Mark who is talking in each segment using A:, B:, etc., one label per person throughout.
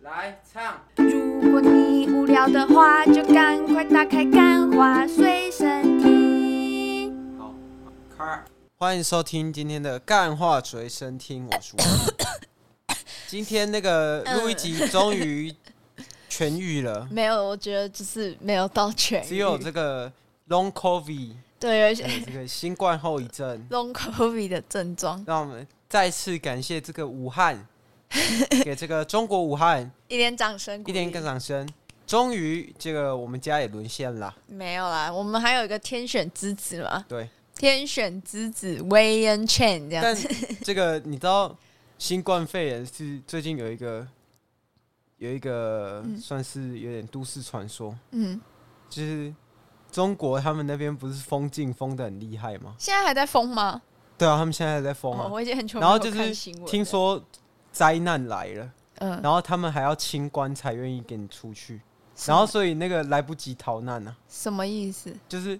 A: 来唱，
B: 如果你无聊的话，就赶快打开《干花随身听》。
A: 好，开。
C: 欢迎收听今天的《干话随身听》，我是我。今天那个录一集终于痊愈了，
D: 没有，我觉得就是没有到全，
C: 只有这个 long covid
D: 对，而
C: 呃
D: 且，
C: 这个新冠后遗症
D: long covid 的症状
C: 让我们再次感谢这个武汉，给这个中国武汉
D: 一连掌声鼓
C: 一
D: 励，
C: 点个掌声。终于，这个我们家也沦陷了。
D: 没有啦，我们还有一个天选之子嘛，
C: 对，
D: 天选之子 Wayan Chen 这样
C: 但，这个你知道，新冠肺炎是最近有一个有一个算是有点都市传说，
D: 嗯，
C: 就是中国他们那边不是封禁封的很厉害吗？
D: 现在还在疯吗？
C: 对啊，他们现在还在封
D: 哦，
C: 啊。
D: 我已经很久没
C: 然后
D: 有
C: 就是
D: 看新闻了，
C: 听说灾难来了，
D: 嗯，
C: 然后他们还要清关才愿意给你出去，然后所以那个来不及逃难啊，
D: 什么意思？
C: 就是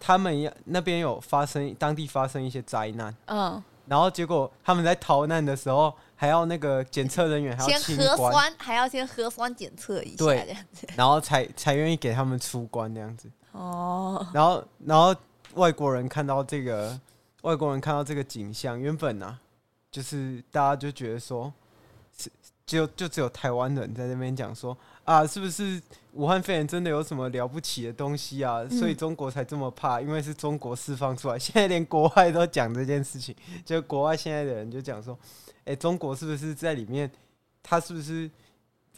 C: 他们也那边有发生当地发生一些灾难，
D: 嗯，
C: 然后结果他们在逃难的时候还要那个检测人员还要
D: 先
C: 清
D: 核
C: 关，
D: 酸还要先核酸检测一下
C: 对
D: 这样子，
C: 然后才才愿意给他们出关这样子。
D: 哦，
C: 然后然后外国人看到这个外国人看到这个景象，原本啊，就是大家就觉得说，是只有就只有台湾人在那边讲说啊，是不是武汉肺炎真的有什么了不起的东西啊？所以中国才这么怕，因为是中国释放出来。现在连国外都讲这件事情， 就国外现在的人就讲说，哎、中国是不是在里面，它是不是？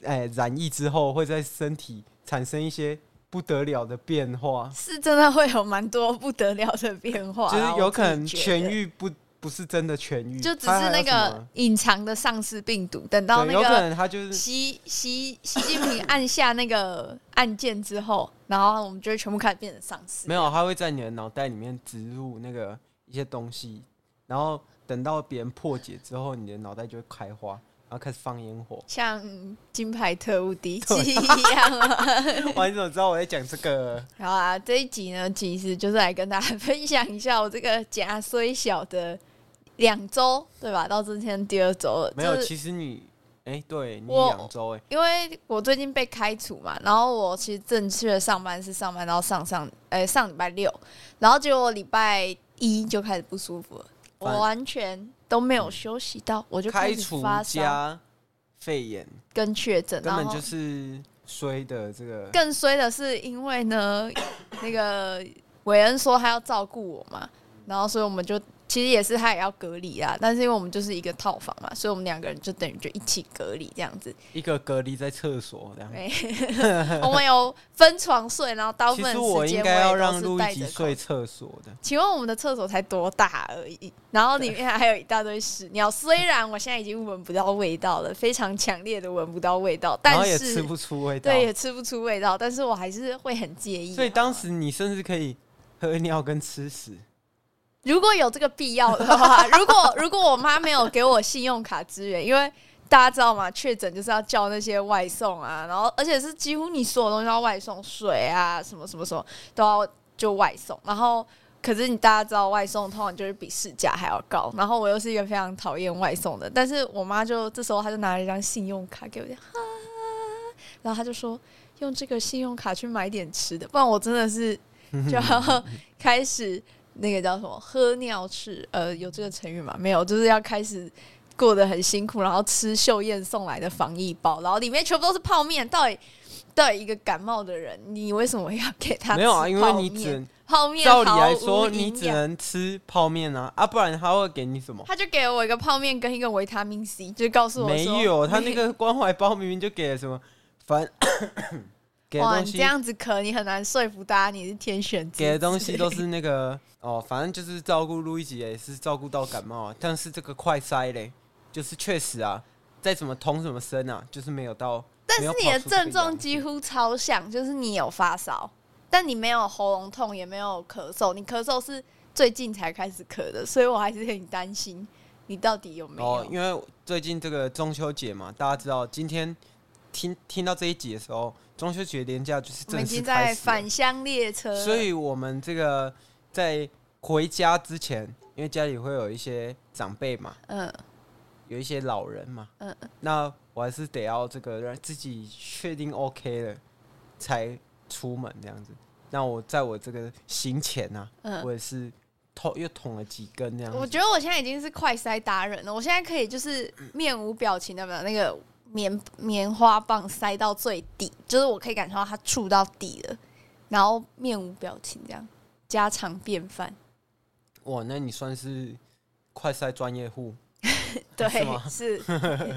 C: 哎，染疫之后会在身体产生一些不得了的变化，
D: 是真的会有蛮多不得了的变化啦，
C: 就是有可能
D: 我自己觉
C: 痊
D: 得
C: 愈不不是真的痊愈，
D: 就只
C: 它嗯
D: 是
C: 还
D: 那
C: 有什
D: 个
C: 么
D: 隐藏的丧尸病毒，等到
C: 对
D: 那
C: 有可
D: 个
C: 能他就是
D: 习习习近平按下那个按键之后，然后我们就会全部开始变成丧尸。
C: 没。有，他会在你的脑袋里面植入那个一些东西，然后等到别人破解之后，你的脑袋就会开花，然后开始放烟火
D: 像《金牌特务第一集》一样啊！
C: 哇，你怎么知道我在讲这个？
D: 好啊，这一集呢，其实就是来跟大家分享一下我这个假虽小的两周，对吧？到今天第二周了，
C: 没有，
D: 就是
C: 其实你哎、对你
D: 我
C: 两周哎，
D: 因为我最近被开除嘛，然后我其实正确的上班是上班到上上，呃、上礼拜六，然后结果我礼拜一就开始不舒服了，
C: 反
D: 我完全都没有休息到，我就
C: 开
D: 始
C: 除
D: 发烧
C: 加肺炎，
D: 跟确诊，
C: 根
D: 然
C: 本
D: 后
C: 就是衰的这个。
D: 更衰的是，因为呢， 那个韦恩说他要照顾我嘛，然后所以我们就其实也是他也要隔离啊，但是因为我们就是一个套房嘛，所以我们两个人就等于就一起隔离这样子，
C: 一个隔离在厕所这样。
D: 没， 我们有分床睡，然后大部
C: 其
D: 分
C: 实
D: 时
C: 我应
D: 间
C: 该要
D: 也
C: 让
D: 都是
C: 路
D: 戴
C: 易
D: 着
C: 吉
D: 口
C: 睡
D: 罩。
C: 厕所的。
D: 请问我们的厕所才多大而已，然后里面还有一大堆屎尿。虽然我现在已经闻不到味道了，非常强烈的闻不到味道，
C: 然
D: 但
C: 后也吃
D: 是
C: 不出味道。
D: 对也啊吃不出味道，但是我还是会很介意。
C: 所以当时你甚至可以喝尿跟吃屎，
D: 如果有这个必要的 话，如果如果我妈没有给我信用卡支援，因为大家知道嘛，确诊就是要叫那些外送啊，然后而且是几乎你所有东西都要外送，水啊什么什么什么都要就外送，然后。可是你大家知道，外送通常就是比市价还要高。然后我又是一个非常讨厌外送的，但是我妈就这时候她就拿了一张信用卡给我，就哈，然后她就说用这个信用卡去买点吃的，不然我真 的是
C: 嗯
D: 就要开始那个叫什么喝尿吃，呃，有这个成语吗？没有，就是要开始过得很辛苦，然后吃秀燕送来的防疫包，然后里面全部都是泡面，到底。到底一个感冒的人，你为什么要给他
C: 没有啊？
D: 吃
C: 因为
D: 泡
C: 你
D: 面
C: 只能
D: 泡面
C: 照理
D: 毫
C: 来
D: 无
C: 说，你
D: 营
C: 只
D: 养
C: 能吃泡面啊啊，不然他会给你什么？
D: 他就给我一个泡面跟一个维他命 C，就告诉我
C: 没
D: 说
C: 有，他那个关怀包明明就给了什么， 反给的
D: 哇，
C: 东
D: 你这
C: 西，
D: 样子可你很难说服大家你是天选之
C: 给的
D: 子
C: 东西都是那个哦，反正就是照顾路易吉也是照顾到感冒、啊，但是这个快塞嘞，就是确实啊，再怎么通什么声啊，就是没有到。
D: 但
C: 没
D: 是
C: 有
D: 你
C: 跑
D: 的
C: 出这个
D: 症状
C: 样
D: 几
C: 子
D: 乎超像，就是你有发烧，但你没有喉咙痛，也没有咳嗽，你咳嗽是最近才开始咳的，所以我还是很担心你到底有没有。
C: 哦，因为最近这个中秋节嘛，大家知道，今天听听到这一集的时候，中秋节连假就是
D: 我们
C: 正
D: 已
C: 式
D: 经
C: 开
D: 在
C: 始了
D: 返乡列车了，
C: 所以我们这个在回家之前，因为家里会有一些长辈嘛，
D: 嗯，
C: 有一些老人嘛，
D: 嗯
C: 那我还是得要这个让自己确定 OK 了才出门这样子。那我在我这个行前啊，
D: 嗯，
C: 我也是捅又捅了几根这样子。
D: 我觉得我现在已经是快筛达人了，我现在可以就是面无表情的把那个棉棉花棒塞到最底，就是我可以感受到它触到底了，然后面无表情这样家常便 饭。
C: 哇，那你算是快赛专业户，
D: 对
C: 是吗，
D: 是。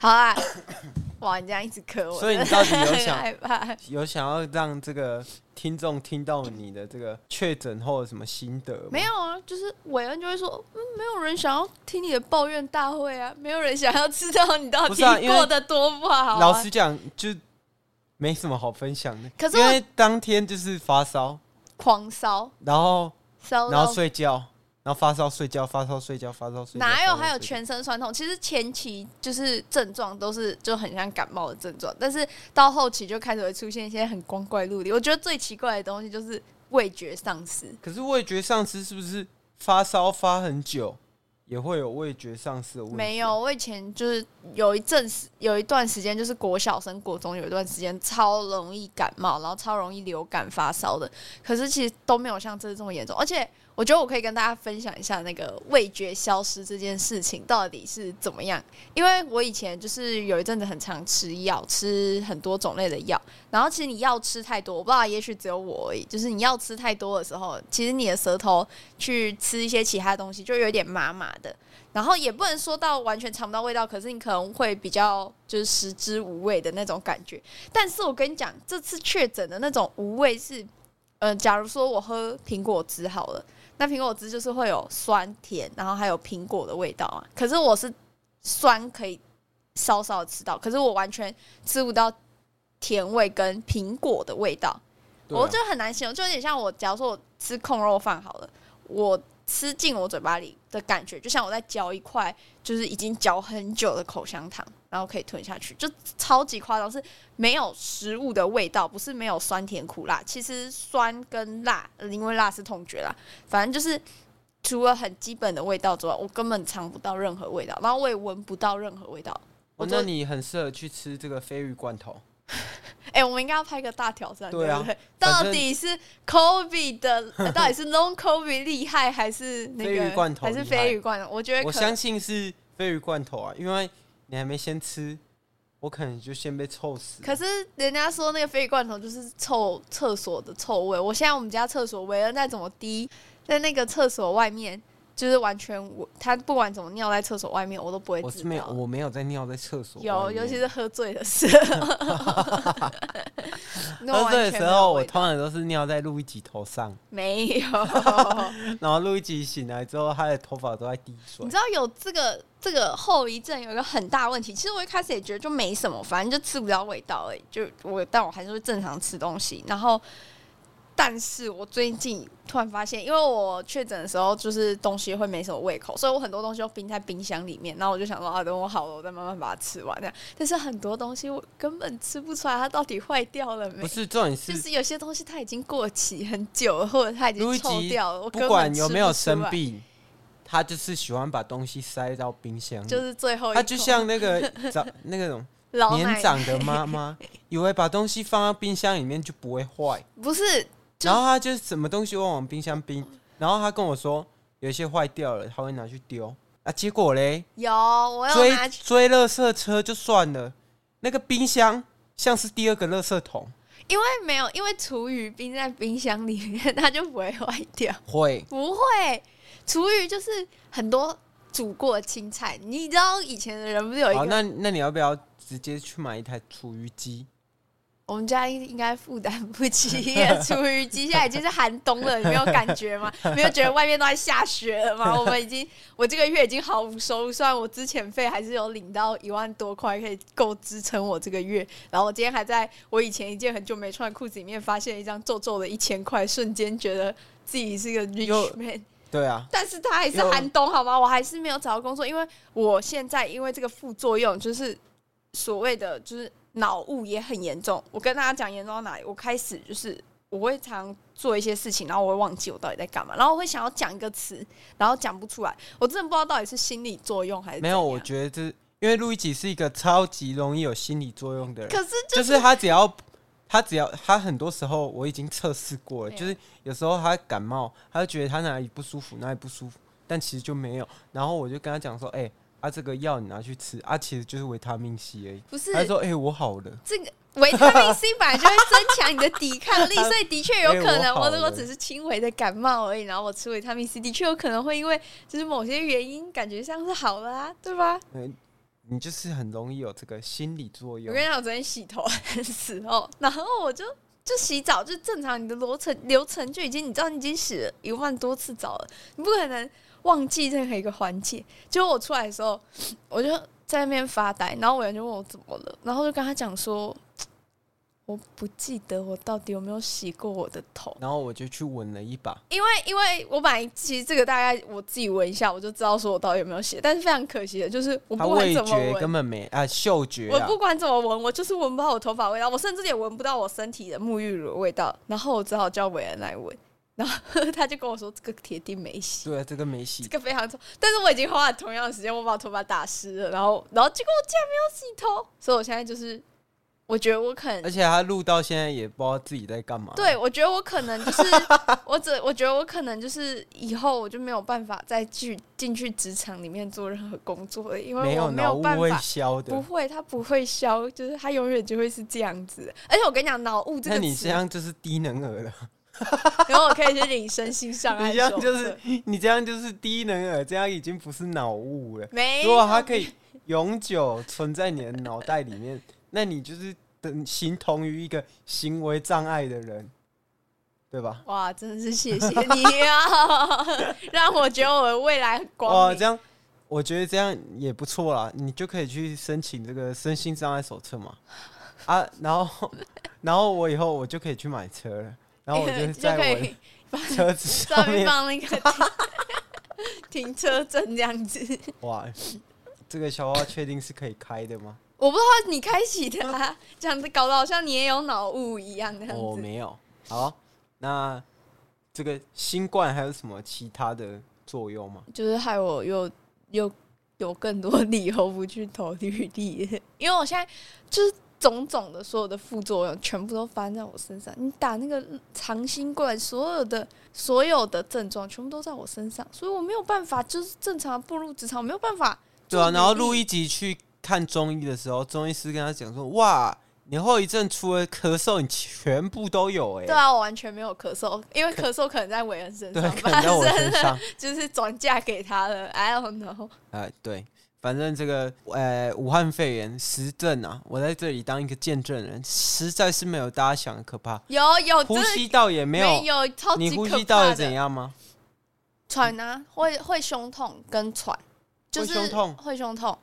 D: 好啊， 哇，你这样一直咳我，
C: 所以你到底有
D: 很
C: 想
D: 害怕？
C: 有想要让这个听众听到你的这个确诊后有什么心得吗？
D: 没有啊，就是韦恩就会说，嗯，没有人想要听你的抱怨大会啊，没有人想要知道你到
C: 不
D: 底
C: 是啊因为
D: 过得多不好、啊。
C: 老实讲，就没什么好分享的。
D: 可是
C: 因
D: 我
C: 为当天就是发烧，
D: 狂烧
C: 然后
D: 烧
C: 然
D: 到
C: 后睡觉，然后发烧睡觉，发烧睡觉，发烧睡觉。
D: 哪
C: 发
D: 有
C: 烧
D: 还有
C: 睡觉
D: 全身酸痛？其实前期就是症状都是就很像感冒的症状，但是到后期就开始会出现一些很光怪陆离。我觉得最奇怪的东西就是味觉丧失。
C: 可是味觉丧失是不是发烧发很久也会有味觉丧失的问题？
D: 没有，，我以前就是有一阵时有一段时间，就是国小升国中有一段时间超容易感冒，然后超容易流感发烧的。可是其实都没有像这次这么严重，而且我觉得我可以跟大家分享一下那个味觉消失这件事情到底是怎么样。因为我以前就是有一阵子很常吃药，吃很多种类的药，然后其实你药吃太多，我不知道，也许只有我而已，就是你药吃太多的时候，其实你的舌头去吃一些其他东西，就有点麻麻的。然后也不能说到完全尝不到味道，可是你可能会比较就是食之无味的那种感觉。但是我跟你讲，这次确诊的那种无味是，呃，假如说我喝苹果汁好了，那苹果汁就是会有酸甜，然后还有苹果的味道啊。可是我是酸可以稍稍地吃到，可是我完全吃不到甜味跟苹果的味道。
C: 对啊
D: 我就很难形容，就有点像我，假如说我吃控肉饭好了，我吃进我嘴巴里的感觉，就像我在嚼一块就是已经嚼很久的口香糖，然后可以吞下去，就超级夸张，是没有食物的味道，不是没有酸甜苦辣。其实酸跟辣，呃因为辣是痛觉啦，反正就是除了很基本的味道之外，我根本尝不到任何味道，然后我也闻不到任何味道。
C: 哦
D: 我
C: 那
D: 就
C: 你很适合去吃这个鲱鱼罐头。
D: 哎、我们应该要拍个大挑战，
C: 对
D: 对
C: 啊
D: 不对？
C: 反
D: 到
C: 正
D: 底是 Kobe 的，呃到底是 Long Kobe 厉害，还是那
C: 鲱
D: 个
C: 鱼罐头
D: 还是
C: 厉害
D: 鲱鱼罐头？我觉得
C: 我
D: 可
C: 相信是鲱鱼罐头啊，因为你还没先吃，我可能就先被臭死。
D: 可是人家说那个鲱鱼罐头就是臭厕所的臭味。我现在我们家厕所，韦恩再怎么滴，在那个厕所外面，就是完全我他不管怎么尿在厕所外面，我都不会
C: 我
D: 知
C: 是
D: 道。
C: 没有，我没有在尿在厕所
D: 有，
C: 外面。
D: 尤其是喝醉的 时候， 那
C: 喝
D: 完
C: 醉的时
D: 全没有
C: 候，我
D: 味道
C: 通常都是尿在路易吉头上，
D: 没 有。
C: 然后路易吉醒来之后，他的头发都在滴水
D: 你。知道有这个这个后遗症有一个很大问题，其实我一开始也觉得就没什么，反正就吃不到味道而已。就我，但我还是会正常吃东西。然后，但是我最近突然发现，因为我确诊的时候就是东西会没什么胃口，所以我很多东西都冰在冰箱里面。然后我就想说啊，等我好了，我再慢慢把它吃完。这样，但是很多东西我根本吃不出来它到底坏掉了没
C: 不。是重点，
D: 就是是有些东西它已经过期很久了，或者它已
C: 路
D: 经
C: 易
D: 臭
C: 吉
D: 掉了。我根
C: 不
D: 本
C: 管有没有
D: 吃不出
C: 生
D: 来，
C: 病，他就是喜欢把东西塞到冰箱里。
D: 就是最后一
C: 他就
D: 口
C: 像那个长那个 种
D: 老奶
C: 年
D: 奶
C: 长的妈妈，以为把东西放到冰箱里面就不会坏，
D: 不是，就
C: 然后他就什么东西都往冰箱冰，然后他跟我说有一些坏掉了，他会拿去丢啊。结果嘞，
D: 有，哎我有
C: 追
D: 拿去，
C: 追垃圾车就算了，那个冰箱像是第二个垃圾桶，
D: 因为没有，因为厨余冰在冰箱里面， 它就不会坏掉。
C: 会
D: 不会，厨余就是很多煮过的青菜，你知道以前的人不是有一
C: 好，
D: 个，
C: 那那你要不要直接去买一台厨余机？
D: 我们家应该负担不起一个厨余机，现在已经是寒冬了，你没有感觉吗？ 没有觉得外面都在下雪了吗？我们已经，我这个月已经毫无收入，虽然我之前费还是有领到一万多块，可以够支撑我这个月。然后我今天还在我以前一件很久没穿的裤子里面发现一张皱皱的一千块，瞬间觉得自己是个
C: 又
D: rich man。
C: 对啊，
D: 但是它还是
C: 有
D: 寒冬，好吗？我还是没有找到工作，因为我现在因为这个副作用，就是所谓的就是脑雾也很严重。我跟大家讲严重到哪里？我开始就是我会常做一些事情，然后我会忘记我到底在干嘛，然后我会想要讲一个词，然后讲不出来，我真的不知道到底是心理作用还是
C: 没有，
D: 哎怎
C: 我
D: 样
C: 觉得这因为路易吉是一个超级容易有心理作用的人，
D: 可是就
C: 就是他只要他只要他很多时候我已经测试过了，
D: 对啊
C: 就是有时候他感冒，他就觉得他哪里不舒服，哪里不舒服，但其实就没有。然后我就跟他讲说，哎、啊这个药你拿去吃，啊其实就是维他命 C 而已。
D: 不是
C: 他就说，哎、我好了。
D: 这个维他命 C 本来就会增强你的抵抗力，所以的确有可
C: 哎
D: 能
C: 我
D: 我
C: 好
D: 如果
C: 了
D: 只是轻微的感冒而已，然后我吃维他命 C，的确有可能会因为就是某些原因，感觉像是好了啊，对吧？
C: 嗯，你就是很容易有这个心理作
D: 我
C: 用
D: 跟。你讲，我昨天洗头的时候，然后我就就洗澡，就正常你的流程流程就已经，你知道你已经洗了一万多次澡了，你不可能忘记任何一个环节。结果我出来的时候，我就在那边发呆，然后我人就问我怎么了，然后就跟他讲说，我不记得我到底有没有洗过我的头。
C: 然后我就去闻了一把，
D: 因为因为我本来其实这个大概我自己闻一下，我就知道说我到底有没有洗，但是非常可惜的就是我
C: 他
D: 不管
C: 味
D: 怎么
C: 觉
D: 闻，
C: 根本没啊，嗅觉
D: 我
C: 啊
D: 不，管怎么闻，我就是闻不到我头发味道，我甚至也闻不到我身体的沐浴乳的味道。然后我只好叫韦恩来闻，然后 他就跟我说这个铁定没洗，
C: 对啊，这个没
D: 这
C: 洗。
D: 个非常臭。但是我已经花了同样的时间，我把头发打湿了，然后然后结果我竟然没有洗头，所以我现在就是，我觉得我可
C: 而
D: 能。
C: 且他录到现在也不知道自己在干嘛。
D: 对，我觉得我可能就是 我只我觉得我可能就是以后我就没有办法再去进去职场里面做任何工作了，因
C: 没
D: 为我没
C: 脑
D: 有
C: 雾
D: 办
C: 会
D: 法
C: 消
D: 不
C: 的。
D: 会，它不会消，就是它永远就会是这样子的。而且我跟你讲，脑雾这
C: 那
D: 个
C: 你
D: 词
C: 这，样就是低能儿了，
D: 然后我可以去领 身心障碍
C: 你这
D: 手册。
C: 样就是你这样就是低能儿，这样已经不是脑雾了。
D: 没有，
C: 如果它可以永久存在你的脑袋里面，那你就是等形同于一个行为障碍的人，对吧？
D: 哇，真的是谢谢你啊，让我觉得我的未来很光
C: 哇，
D: 明。
C: 哦这样我觉得这样也不错啦，你就可以去申请这个身心障碍手册嘛。啊，然后然后我以后我就可以去买车了，然后我 就在
D: 可
C: 我
D: 以
C: 的车子
D: 上
C: 上
D: 面
C: 面
D: 放那个停停车证这样子。
C: 哇，这个小花确定是可以开的 吗？
D: 我不知道你开启的、啊，这样子搞得好像你也有脑雾一样那样
C: 我、
D: 子。
C: 哦没有。好，那这个新冠还有什么其他的作用吗？
D: 就是害我又又有更多 理由不去投履历，因为我现在就是种种的所有的副作用全部都发生在我身上。你打那个长新冠，所有的所有的症状全部都在我身上，所以我没有办法就是正常步入职场，我没有办法
C: 对啊，
D: 做
C: 然后
D: 履历
C: 录一集去看中医的时候，中医师跟他讲说：“哇，你后遗症除了咳嗽，你全部都有哎、
D: 对啊，我完全没有咳嗽，因为咳嗽可能在韦恩身
C: 对
D: 上，
C: 可
D: 发
C: 能在我
D: 生
C: 身上。
D: 就是转嫁给他了。I don't know。
C: 哎，对，反正这个呃，武汉肺炎实证啊，我在这里当一个见证人，实在是没有大家想的可怕。
D: 有有，
C: 呼
D: 真的
C: 吸道也没有，
D: 有，超级
C: 你呼
D: 可
C: 吸道
D: 怕
C: 有
D: 的
C: 怎样吗？
D: 喘啊，会会胸痛跟喘，就是
C: 胸痛
D: 会胸痛。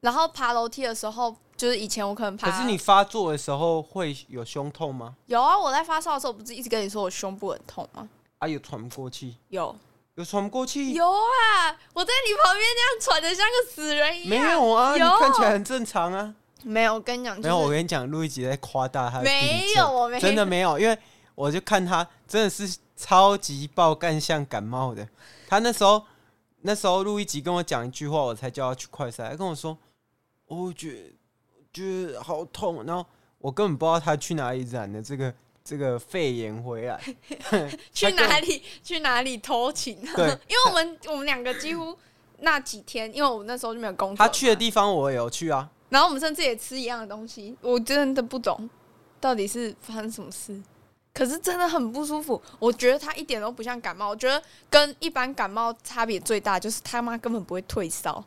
D: 然后爬楼梯的时候，就是以前我可能爬，
C: 可是你发作的时候会有胸痛吗？
D: 有啊？我在发烧的时候不是一直跟你说我胸部很痛吗？
C: 啊，有喘不过气，
D: 有
C: 有喘不过气，
D: 有啊！我在你旁边那样喘的像个死人一
C: 没
D: 样。
C: 有啊？你
D: 有
C: 看起来很正常啊。
D: 没有，我跟你讲，
C: 没有，我
D: 就是
C: 跟你讲，路易吉在夸大他的
D: 没
C: 病症
D: 有，我没
C: 真的没有，因为我就看他真的是超级爆干像感冒的。他那时候那时候录一集跟我讲一句话，我才叫他去快筛。他跟我说，我觉觉得好痛，然后我根本不知道他去哪里染的这个这个肺炎回来。
D: 去
C: 他跟
D: 哪里去哪里偷情啊？
C: 对
D: 因为我们我们两个几乎那几天，因为我那时候就没有工作，
C: 他去的，地方我也有去啊，
D: 然后我们甚至也吃一样的东西，我真的不懂到底是发生什么事。可是真的很不舒服，我觉得它一点都不像感冒，我觉得跟一般感冒差别最大就是他妈根本不会退烧。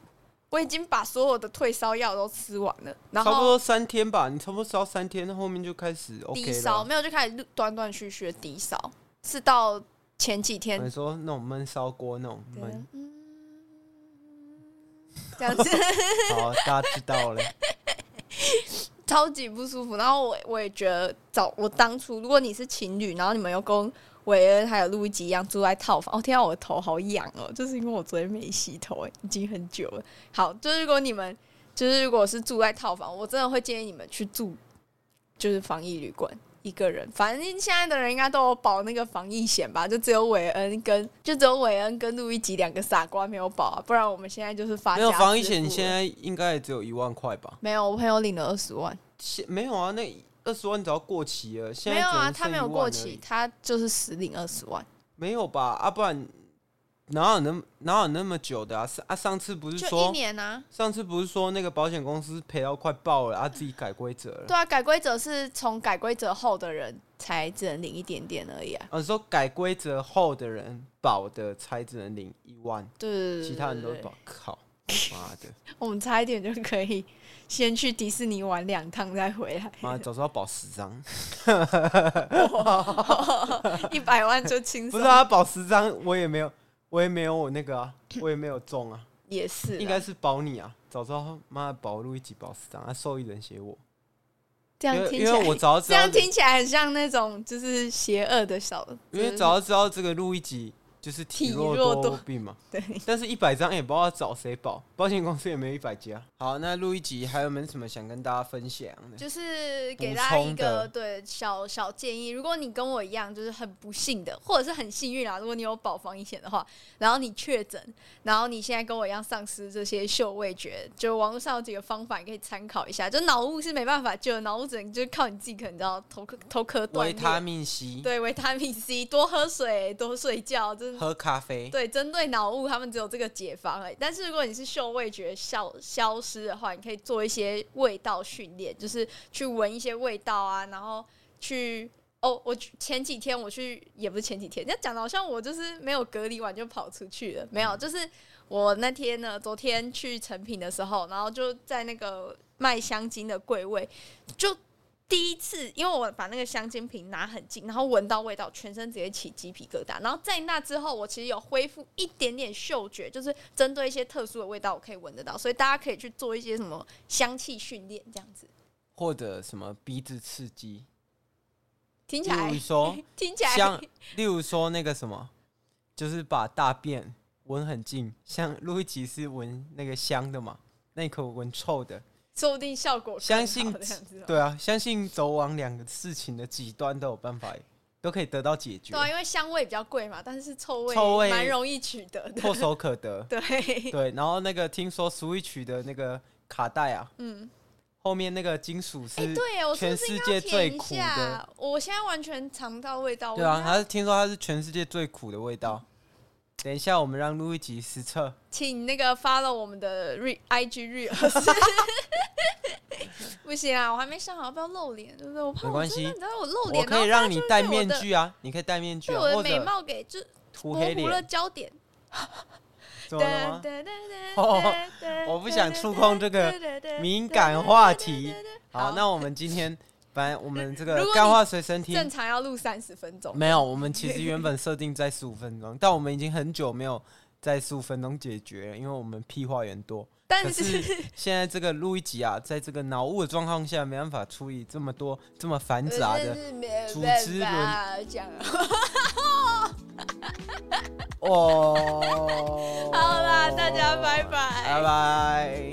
D: 我已经把所有的退烧药都吃完了，然
C: 差不多
D: 后
C: 三天吧，你差不多烧三天，后面就开始 OK 啊
D: 低
C: 了。
D: 烧、没有就开始断断续续的低烧，是到前几天
C: 你说那种闷烧锅那种
D: 对
C: 闷，
D: 嗯这样子
C: 好，大家知道 了。
D: 超级不舒服。然后我我也觉得早，我当初如果你是情侣，然后你们又跟韦恩还有路易吉一样住在套房，哦，天啊，我的头好痒哦， 就是因为我昨天没洗头，哎，已经很久了。好，就是如果你们就是如果是住在套房，我真的会建议你们去住就是防疫旅馆，一个人，反正现在的人应该都有保那个防疫险吧，就只有韦恩跟就只有韦恩跟路易吉两个傻瓜没有保啊，不然我们现在就是发
C: 没有
D: 家
C: 防疫
D: 致富
C: 险，
D: 了
C: 现在应该也只有一万块吧？
D: 没有，我朋友领了二十万，
C: 现没有啊，那二十万只要过期了，现
D: 没
C: 在
D: 有
C: 只能
D: 啊，
C: 剩
D: 他没有
C: 1万
D: 过
C: 而
D: 期
C: 已，，
D: 他就是实领二十万，
C: 没有吧？啊，不然哪有那哪有那么久的啊？上啊，上次不是
D: 就
C: 说
D: 一年啊。
C: 上次不是说那个保险公司赔到快爆了，啊，自己改规则了。
D: 对啊，改规则是从改规则后的人才只能领一点点而已啊。
C: 啊，你说改规则后的人保的才只能领一万，
D: 对对对，
C: 其他人都
D: 对对
C: 保。 靠，妈的，
D: 我们差一点就可以先去迪士尼玩两趟再回 来，
C: 妈的，早知道保十 张，
D: 一百万就轻
C: 不
D: 松。
C: 是啊，保十张我也没有，我也没有我那个啊，我也没有中啊，
D: 也是啦，
C: 应该是保你啊，早知道妈的保路一起保十张，啊，受益人写我，
D: 这
C: 因
D: 样
C: 为
D: 听起
C: 因
D: 来
C: 为我早知
D: 这
C: 道
D: 样，听起来很像那种就是邪恶的小，
C: 因为
D: 就是
C: 早知道这个路一集就是体
D: 体
C: 弱
D: 弱
C: 多
D: 多
C: 病嘛，
D: 对
C: 但是一百张哎也不知道找谁保，保险公司也没有一百家。好，那录一集还有没有什么想跟大家分享的？
D: 就是
C: 补
D: 给大家一
C: 充
D: 个
C: 的
D: 对小小建议，如果你跟我一样，就是很不幸的，或者是很幸运啊，如果你有保防疫险的话，然后你确诊，然后你现在跟我一样丧失这些嗅味觉，就网络上有几个方法你可以参考一下。就脑雾是没办法救的，脑雾只能就是靠你自己，可能你知道头壳头壳断
C: 维
D: 裂
C: 他命 C，
D: 对维他命 C，多喝水，多睡觉，就是
C: 喝咖啡，
D: 对，针对脑雾，他们只有这个解方而已。但是如果你是嗅味觉消消失的话，你可以做一些味道训练，就是去闻一些味道啊，然后去哦，我去前几天我去，也不是前几天，人家讲的好像我就是没有隔离完就跑出去了，没有，就是我那天呢，昨天去成品的时候，然后就在那个卖香精的柜位，就第一次，因为我把那个香精瓶拿很近，然后闻到味道，全身直接起鸡皮疙瘩。然后在那之后，我其实有恢复一点点嗅觉，就是针对一些特殊的味道，我可以闻得到。所以大家可以去做一些什么香气训练，这样子
C: 或者什么鼻子刺激，
D: 听起
C: 例
D: 来
C: 如说
D: 听 起来
C: 像，例如说那个什么，就是把大便闻很近，像路易吉是闻那个香的嘛，那你可闻臭的。
D: 说不定效果更好
C: 相信
D: 这样子哦。
C: 对啊，相信走往两个事情的极端都有办法，都可以得到解决
D: 对，啊，因为香味比较贵嘛，但是臭味
C: 臭味
D: 蛮容易取得的。
C: 唾手可得。
D: 对，
C: 对，然后那个听说 Switch 的那个卡带啊，
D: 嗯，
C: 后面那个金属
D: 哎、
C: 是，
D: 对耶，我是不
C: 全
D: 是
C: 世
D: 应该
C: 界
D: 要
C: 最
D: 舔一
C: 苦
D: 下
C: 的？
D: 我现在完全尝不到味道。
C: 对
D: 我
C: 啊，
D: 应该
C: 它是听说它是全世界最苦的味道。等一下，我们让路易吉实测。
D: 请那个 follow 我们的 re IG re 二十， 不行啊，我还没上好，要不要露脸，对不对？我怕
C: 没
D: 我
C: 关
D: 真
C: 系
D: 的你知道我露
C: 我
D: 脸，
C: 可以
D: 然后
C: 让你戴面具啊，你可以戴面具
D: 对
C: 啊，
D: 我的
C: 或
D: 美
C: 者
D: 貌给就
C: 涂
D: 模
C: 黑
D: 糊了
C: 脸，
D: 焦点。
C: 怎么了吗？
D: 哒哒哒
C: 哦
D: 哒哒
C: 我不想触碰这个
D: 哒哒哒
C: 敏
D: 哒
C: 感
D: 哒
C: 话
D: 哒哒
C: 题
D: 哒哒哒
C: 好，
D: 好
C: 那我们今天反正我们这个
D: 如果你
C: 干话随身听
D: 正常要录三十分钟，
C: 没有，我们其实原本设定在十五分钟，但我们已经很久没有在十五分钟解决了，因为我们屁话源多。可
D: 但
C: 是
D: 是
C: 现在这个录一集啊，在这个脑雾的状况下，没办法处理这么多这么繁杂
D: 呃我
C: 的
D: 真是没有
C: 组
D: 办
C: 织
D: 法啊讲了。
C: 哦。
D: 好啦大家拜拜
C: 拜拜。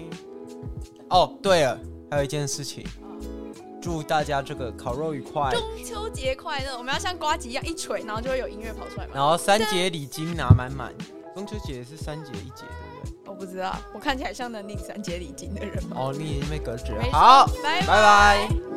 C: 哦，对了，还有一件事情，祝大家这个烤肉愉快，
D: 中秋节快乐！我们要像瓜吉一样一锤，然后就会有音乐跑出来吗？
C: 然后三节礼金拿满满。中秋节是三节一节，对不对？
D: 我不知道，我看起来像能领三节礼金的人吗？
C: 哦，你已经被革职了
D: 没。事
C: 好，
D: 拜
C: 拜拜